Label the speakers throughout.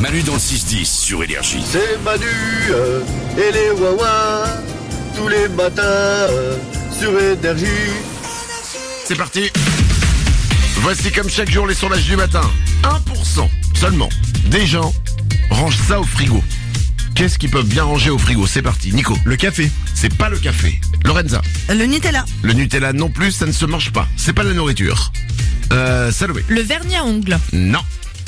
Speaker 1: Manu dans le 6-10 sur Énergie.
Speaker 2: C'est Manu euh, et les Wawa tous les matins euh, sur Énergie.
Speaker 3: C'est parti Voici comme chaque jour les sondages du matin. 1% seulement des gens rangent ça au frigo. Qu'est-ce qu'ils peuvent bien ranger au frigo C'est parti. Nico,
Speaker 4: Le café.
Speaker 3: c'est pas le café. Lorenza,
Speaker 5: Le Nutella.
Speaker 3: le Nutella non plus, ça ne se mange pas. C'est pas la nourriture. Euh, Salomé,
Speaker 6: Le vernis à ongles.
Speaker 3: non.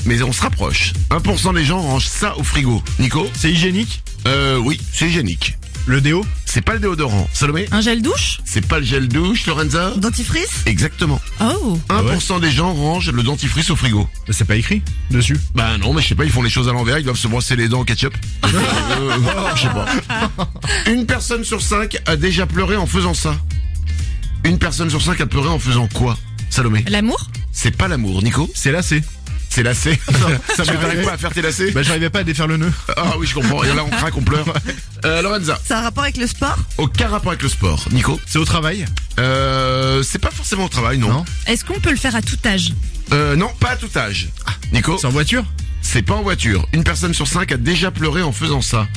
Speaker 3: Mais on se rapproche. 1% des gens rangent ça au frigo. Nico
Speaker 4: C'est hygiénique.
Speaker 3: Euh, oui, c'est hygiénique.
Speaker 4: Le déo.
Speaker 3: C'est pas le déodorant. Salomé
Speaker 6: Un gel douche
Speaker 3: C'est pas le gel douche, Lorenza
Speaker 5: Dentifrice.
Speaker 3: Exactement.
Speaker 6: Oh
Speaker 3: 1% des gens rangent le dentifrice au frigo.
Speaker 4: Ah Mais C'est pas écrit dessus.
Speaker 3: Bah non, mais je sais pas, ils font les choses à l'envers, ils doivent se brosser les dents au ketchup. Euh, je sais pas. Une personne sur cinq a déjà pleuré en faisant ça. Une personne sur cinq a pleuré en faisant quoi Salomé
Speaker 6: L'amour
Speaker 3: C'est pas l'amour, Nico
Speaker 4: C'est lacé.
Speaker 3: C'est lacet. Ça
Speaker 4: Je suis
Speaker 3: m'arrive
Speaker 4: arrivé.
Speaker 3: pas à faire tes lacets
Speaker 4: Bah j'arrivais pas à défaire le nœud.
Speaker 3: Ah oui, je comprends. Et là, on craque, on pleure. Euh, Lorenza,
Speaker 5: Ça a un rapport avec le sport.
Speaker 3: aucun rapport avec le sport. Nico
Speaker 4: C'est au travail.
Speaker 3: euh, C'est pas forcément au travail, non
Speaker 4: Non.
Speaker 6: Est-ce qu'on peut le faire à tout âge
Speaker 3: Euh, non, pas à tout âge.
Speaker 4: Ah,
Speaker 3: Nico
Speaker 4: C'est en voiture.
Speaker 3: C'est pas en voiture. Une personne sur cinq a déjà pleuré en faisant ça.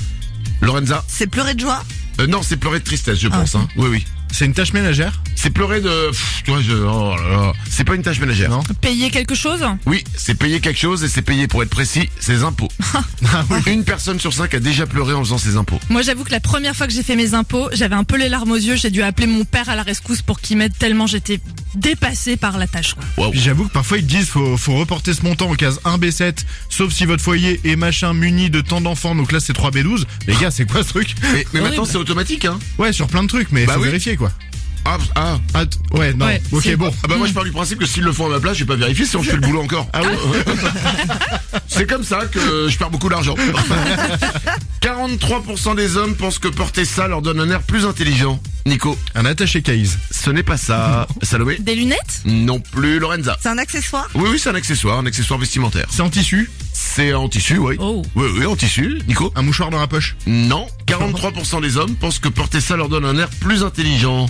Speaker 3: Lorenza
Speaker 5: C'est pleurer de joie.
Speaker 3: Euh, Non, c'est pleurer de tristesse,
Speaker 4: Ah,
Speaker 3: je pense. Hein. Oui, oui.
Speaker 4: C'est une tâche ménagère.
Speaker 3: C'est pleurer de. Pff, toi, je. Oh là là. C'est pas une tâche ménagère.
Speaker 4: Non.
Speaker 6: Payer quelque chose
Speaker 3: Oui, c'est payer quelque chose et c'est payer, pour être précis, ses impôts.
Speaker 4: Ah
Speaker 3: Ah Une personne sur cinq a déjà pleuré en faisant ses impôts.
Speaker 6: Moi j'avoue que la première fois que j'ai fait mes impôts, j'avais un peu les larmes aux yeux, j'ai dû appeler mon père à la rescousse pour qu'il m'aide tellement j'étais dépassée par la tâche. quoi.
Speaker 3: Waouh.
Speaker 4: Puis j'avoue que parfois ils te disent faut, faut reporter ce montant en case 1B7, sauf si votre foyer est machin muni de tant d'enfants, donc là c'est 3B12. Les gars, c'est quoi ce truc
Speaker 3: Mais, mais maintenant,
Speaker 6: Horrible.
Speaker 3: c'est automatique, hein.
Speaker 4: Ouais, sur plein de trucs, mais
Speaker 3: Bah
Speaker 4: faut
Speaker 3: oui.
Speaker 4: vérifier quoi.
Speaker 3: Ah, ah.
Speaker 4: Ah, t- ouais, non.
Speaker 6: Ouais,
Speaker 4: ok,
Speaker 6: c'est-
Speaker 4: bon.
Speaker 3: Ah bah moi je pars du principe que s'ils le font à ma place, je vais pas vérifier sinon je fais le boulot encore. Ah oui C'est comme ça que je perds beaucoup d'argent. 43% des hommes pensent que porter ça leur donne un air plus intelligent. Nico,
Speaker 4: Un attaché caïs.
Speaker 3: ce n'est pas ça. Salomé
Speaker 6: Des lunettes
Speaker 3: Non plus Lorenza.
Speaker 5: C'est un accessoire.
Speaker 3: Oui oui c'est un accessoire, un accessoire vestimentaire.
Speaker 4: C'est en tissu.
Speaker 3: C'est en tissu, oui.
Speaker 6: Oh.
Speaker 3: Oui oui en tissu. Nico
Speaker 4: Un mouchoir dans la poche.
Speaker 3: Non. 43% des hommes pensent que porter ça leur donne un air plus intelligent.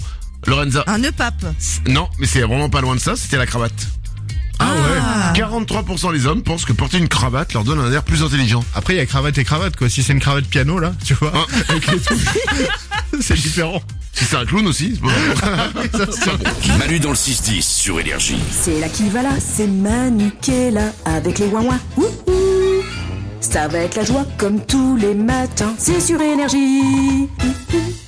Speaker 3: Lorenza
Speaker 5: Un nœud pape.
Speaker 3: Non, mais c'est vraiment pas loin de ça, c'était la cravate.
Speaker 4: Ah ouais.
Speaker 3: 43% des hommes pensent que porter une cravate leur donne un air plus intelligent.
Speaker 4: Après, il y a cravate et cravate quoi. Si c'est une cravate piano là, tu vois,
Speaker 3: Hein
Speaker 4: avec les touches, c'est différent.
Speaker 3: Si c'est un clown aussi, c'est pas vrai. Ça, bon.
Speaker 1: Manu dans le 6-10 sur Énergie.
Speaker 7: C'est là qui va là, c'est Manu qui est là avec les ouin-ouin. Wouhou. Ça va être la joie comme tous les matins, c'est sur énergie. Wouhou.